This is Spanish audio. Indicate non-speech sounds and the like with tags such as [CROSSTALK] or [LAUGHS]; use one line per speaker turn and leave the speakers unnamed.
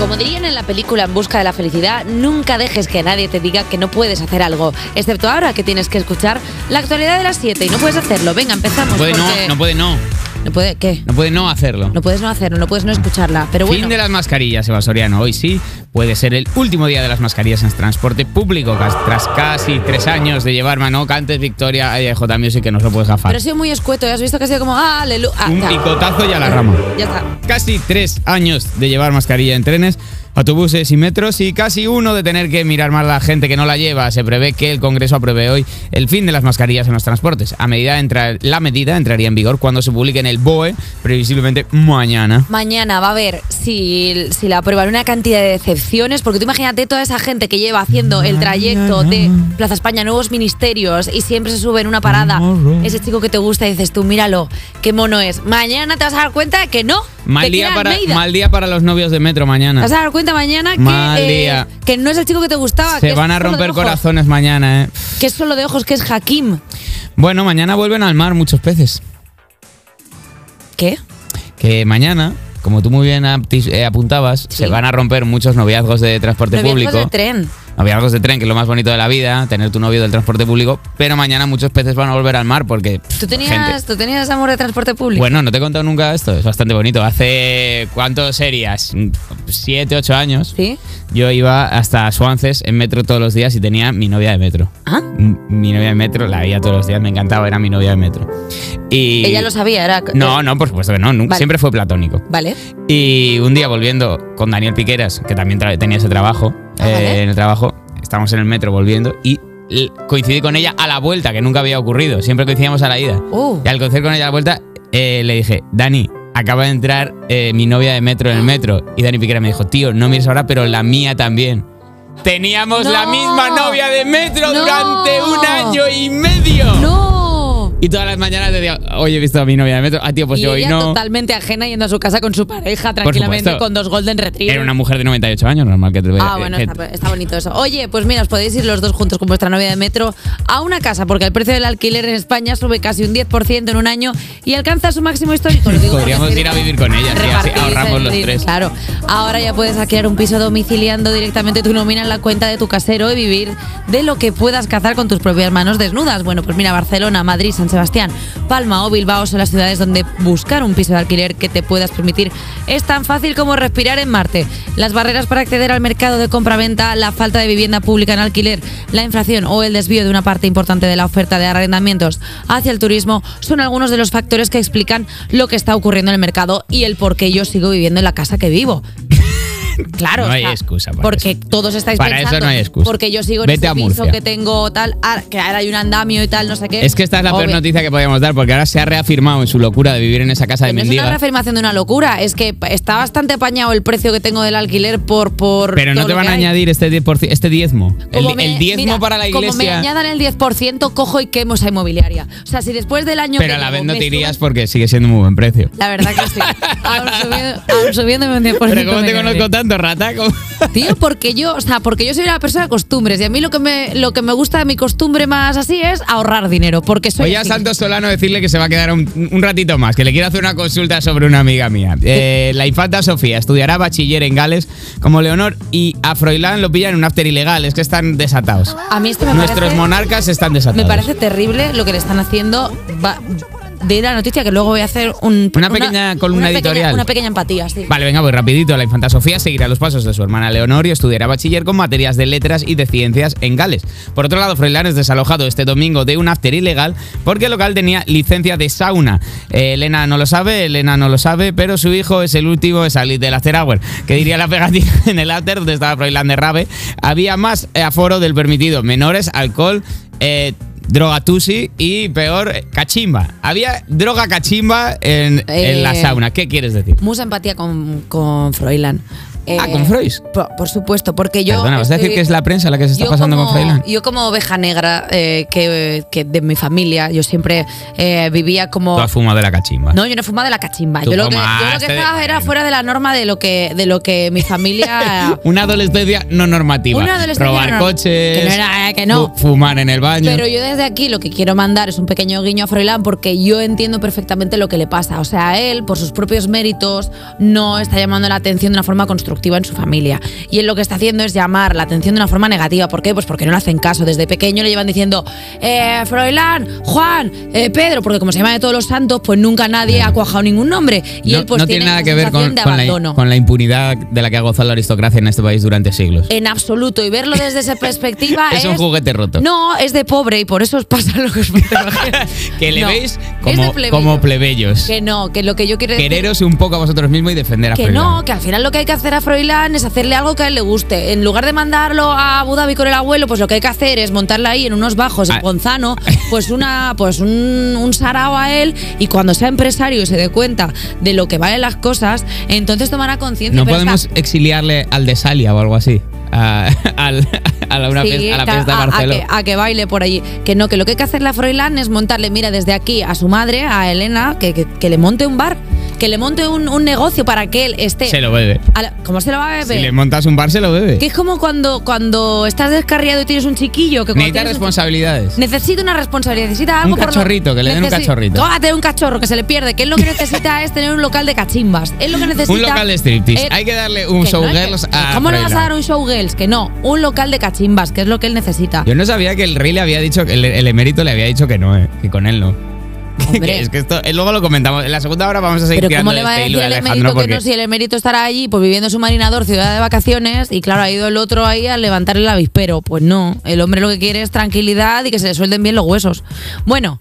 Como dirían en la película En busca de la felicidad, nunca dejes que nadie te diga que no puedes hacer algo, excepto ahora que tienes que escuchar la actualidad de las 7 y no puedes hacerlo. Venga, empezamos.
No puede no,
porque-
no puede no.
No puede, ¿qué?
No puede no hacerlo.
No puedes no hacerlo, no puedes no escucharla. Pero bueno,
Fin de las mascarillas, Eva Soriano. Hoy sí puede ser el último día de las mascarillas en transporte público, cas- tras casi tres años de llevar mano cantes Victoria a J Music que nos lo puedes gafar.
pero he sido muy escueto, ¿eh? has visto que ha sido como, ah, aleluya.
Un picotazo y a la rama.
Ya está.
Casi tres años de llevar mascarilla en trenes, autobuses y metros y casi uno de tener que mirar más a la gente que no la lleva. Se prevé que el Congreso apruebe hoy el fin de las mascarillas en los transportes. A medida entra- la medida entraría en vigor cuando se publique en el BOE, previsiblemente mañana.
Mañana va a haber, si, si la aprueban, una cantidad de decepciones, porque tú imagínate toda esa gente que lleva haciendo el trayecto de Plaza España a nuevos ministerios y siempre se sube en una parada. Ese chico que te gusta y dices tú, míralo, qué mono es. Mañana te vas a dar cuenta de que no.
Mal
de que
día,
era
para,
Almeida.
mal día para los novios de metro
Te
mañana.
vas a dar cuenta mañana
Mal
que, eh,
día.
que no es el chico que te gustaba. que
Se
es
van a
solo de
romper
ojos,
corazones mañana, ¿eh?
Que es solo de ojos, que es Hakim.
Bueno, mañana vuelven al mar muchos peces.
¿Qué?
Que mañana, como tú muy bien apti- eh, apuntabas,
Sí.
se van a romper muchos noviazgos de transporte
Noviazgos
público.
de tren.
Noviazgos de tren, que es lo más bonito de la vida, tener tu novio del transporte público. Pero mañana muchos peces van a volver al mar porque. pff,
¿Tú
gente-
tenías, ¿Tú tenías amor de transporte público?
Bueno, no te he contado nunca esto, es bastante bonito. Hace. ¿Cuántos serías? Mm, Siete, ocho años.
¿Sí?
Yo iba hasta Suances en metro todos los días y tenía mi novia de metro.
¿Ah?
M- Mi novia de metro, la veía todos los días, me encantaba, era mi novia de metro. Y
Ella lo sabía, era...
No, no, por supuesto que no, nunca,
Vale.
siempre fue platónico.
Vale.
Y un día volviendo con Daniel Piqueras, que también tra- tenía ese trabajo,
Ah,
eh,
vale.
en el trabajo, estábamos en el metro volviendo y l- coincidí con ella a la vuelta, que nunca había ocurrido, siempre coincidíamos a la ida.
Uh.
Y al coincidir con ella a la vuelta, eh, le dije, Dani, acaba de entrar eh, mi novia de metro en el metro. Y Dani Piqueras me dijo, tío, no mires ahora, pero la mía también. Teníamos la
No.
misma novia de metro
No.
durante un año y medio.
¡No!
Y todas las mañanas decía, hoy he visto a mi novia de metro. Ah, tío, pues
y
yo hoy
ella
no.
totalmente ajena yendo a su casa con su pareja
Por
tranquilamente
supuesto.
con dos Golden Retrievers.
Era una mujer de 98 años, normal que te vea. Eh,
Ah, bueno,
que-
está, está bonito eso. Oye, pues mira, os podéis ir los dos juntos con vuestra novia de metro a una casa, porque el precio del alquiler en España sube casi un 10% en un año y alcanza su máximo histórico. Lo digo porque
Podríamos
así
ir a vivir con ella, sí, así
repartís
ahorramos
el
los
dinero,
tres.
Claro. Ahora ya puedes adquirir un piso domiciliando directamente tu nómina en la cuenta de tu casero y vivir de lo que puedas cazar con tus propias manos desnudas. Bueno, pues mira, Barcelona, Madrid, San Sebastián, Palma o Bilbao son las ciudades donde buscar un piso de alquiler que te puedas permitir es tan fácil como respirar en Marte. Las barreras para acceder al mercado de compraventa, la falta de vivienda pública en alquiler, la inflación o el desvío de una parte importante de la oferta de arrendamientos hacia el turismo son algunos de los factores que explican lo que está ocurriendo en el mercado y el por qué yo sigo viviendo en la casa que
[LAUGHS]
vivo. Claro,
No
o
hay
sea,
excusa para
porque
eso.
todos estáis
Para eso
pensando
no hay excusa.
porque yo sigo en ese
Vete a
piso
Murcia.
que tengo tal, ah, que ahora hay un andamio y tal, no sé qué.
Es que esta es la peor
Obvio.
noticia que podíamos dar, porque ahora se ha reafirmado en su locura de vivir en esa casa de
No es una
mendiga.
reafirmación de una locura, es que está bastante apañado el precio que tengo del alquiler por. por
Pero no
todo
te
lo
van
que
a
hay.
añadir este, 10%, este diezmo. El,
Como me-
el diezmo
mira,
para la
Como me
iglesia.
añadan el 10%, cojo y quemo esa inmobiliaria. O sea, si después del año.
Pero
que
a la
llevo
vez no
me
te irías
suben-
porque sigue siendo un muy buen precio.
La verdad que sí.
[LAUGHS]
Aún, subiendo, aún subiéndome un 10%.
Pero ¿cómo
me
te
quedaré.
conozco tanto, rata? ¿Cómo?
Tío, porque yo, o sea, porque yo soy una persona de costumbres y a mí lo que me, lo que me gusta de mi costumbre más así es ahorrar dinero, porque soy
Oye a
así.
Santos Solano decirle que se va a quedar un, un ratito más, que le quiero hacer una consulta sobre una amiga mía. Eh, la infanta Sofía estudiará bachiller en Gales como Leonor y a Froilán lo pillan en un after ilegal, es que están desatados.
A mí esto me
Nuestros
parece,
monarcas están desatados.
me parece terrible lo que le están haciendo. Va- de la noticia que luego voy a hacer un-
Una pequeña
una
columna
pequeña-
editorial.
una pequeña empatía, sí.
Vale, venga, voy rapidito. La infanta Sofía seguirá los pasos de su hermana Leonor y estudiará bachiller con materias de letras y de ciencias en Gales. Por otro lado, Froilán es desalojado este domingo de un after ilegal porque el local tenía licencia de sauna. Eh, Elena no lo sabe, Elena no lo sabe, pero su hijo es el último de salir del after hour. Que diría la pegatina [LAUGHS] en el after donde estaba Froilán de Rabe. Había más eh, aforo del permitido. Menores, alcohol... Eh, Drogatusi y peor, cachimba. Había droga cachimba en, en la
Eh,
sauna. ¿Qué quieres decir?
Mucha empatía con, con Froilán. Eh,
Ah, ¿con Frois?
Por, por supuesto, porque yo.
Perdona, ¿vas a
estoy-
decir que es la prensa la que se está pasando
como,
con Freiland?
Yo, como oveja negra eh, que, que de mi familia, yo siempre eh, vivía como.
Tú has fumado de la cachimba.
No, yo no fumaba de la cachimba.
Tú
Yo lo, que, yo lo que
fumaste de-
estaba era
bueno.
fuera de la norma de lo que, de lo que mi
[LAUGHS]
familia.
Una adolescencia no normativa.
Una adolescencia
Robar
no-
coches.
que no era, eh, que no.
fu- Fumar en el baño.
Pero yo desde aquí lo que quiero mandar es un pequeño guiño a Froilán porque yo entiendo perfectamente lo que le pasa. O sea, él, por sus propios méritos, no está llamando la atención de una forma destructiva en su familia. Y él lo que está haciendo es llamar la atención de una forma negativa. ¿Por qué? Pues porque no le hacen caso. Desde pequeño le llevan diciendo, eh, Froilán, Juan, eh, Pedro, porque como se llama de todos los santos, pues nunca nadie ha cuajado ningún nombre. Y
no,
él pues
no tiene, nada
esa
que ver con,
sensación de
con la,
abandono.
con la impunidad de la que ha gozado la aristocracia en este país durante siglos.
En absoluto. Y verlo desde
[LAUGHS]
esa perspectiva
Es
es.
un juguete roto.
No, es de pobre y por eso os pasa lo que os
[LAUGHS]
pasa.
que le
No,
veis
es de
como,
plebeyo.
como plebeyos.
Que no, que lo que yo quiero decir.
Quereros un poco a vosotros mismos y defender a
Que
Froilán.
no, que al final lo que hay que hacer a Froilán es hacerle algo que a él le guste. En lugar de mandarlo a Abu Dhabi con el abuelo, pues lo que hay que hacer es montarla ahí en unos bajos, en
Ah.
Gonzano, pues una, pues un, un sarao a él, y cuando sea empresario y se dé cuenta de lo que valen las cosas, entonces tomará conciencia.
No
pero está-
podemos exiliarle al de Salia o algo así. A, [LAUGHS] al- a la, una
Sí,
fiesta- a la
claro,
fiesta de
a- a
Barcelona.
que- A, que, baile por allí. Que no, que lo que hay que hacerle a Froilán es montarle, mira, desde aquí a su madre, a Elena, que, que- que le monte un bar, que le monte un, un negocio para que él esté.
Se lo bebe.
a la- ¿Cómo se lo va a beber?
Si le montas un bar, se lo bebe.
Que es como cuando, cuando estás descarriado y tienes un chiquillo que cuando
Necesita
tienes un
responsabilidades.
chi- Necesita una responsabilidad, necesita algo
Un
por lo-
cachorrito, que le den un
necesi-
cachorrito.
Ah, tener un cachorro que se le pierde, que él lo
[LAUGHS]
que necesita es tener un local de cachimbas. Él lo que necesita
Un local de striptease.
Eh,
Hay que darle un
que no,
showgirls
que-
a
¿Cómo le vas a
Froilán.
dar un showgirls? Que no, un local de cachimbas, que es lo que él necesita.
Yo no sabía que el rey le había dicho, que el, el emérito le había dicho que no, eh, que con él no. [LAUGHS]
Hombre.
es que esto, eh, luego lo comentamos. En la segunda hora vamos a seguir
Pero ¿cómo
tirando
le
de
va a
este
decir
hilo de
el
Alejandro
emérito que
porque
no si el emérito estará allí pues viviendo su marinador, ciudad de vacaciones y claro, ha ido el otro ahí a levantar el avispero? Pues no, el hombre lo que quiere es tranquilidad y que se le suelten bien los huesos. Bueno,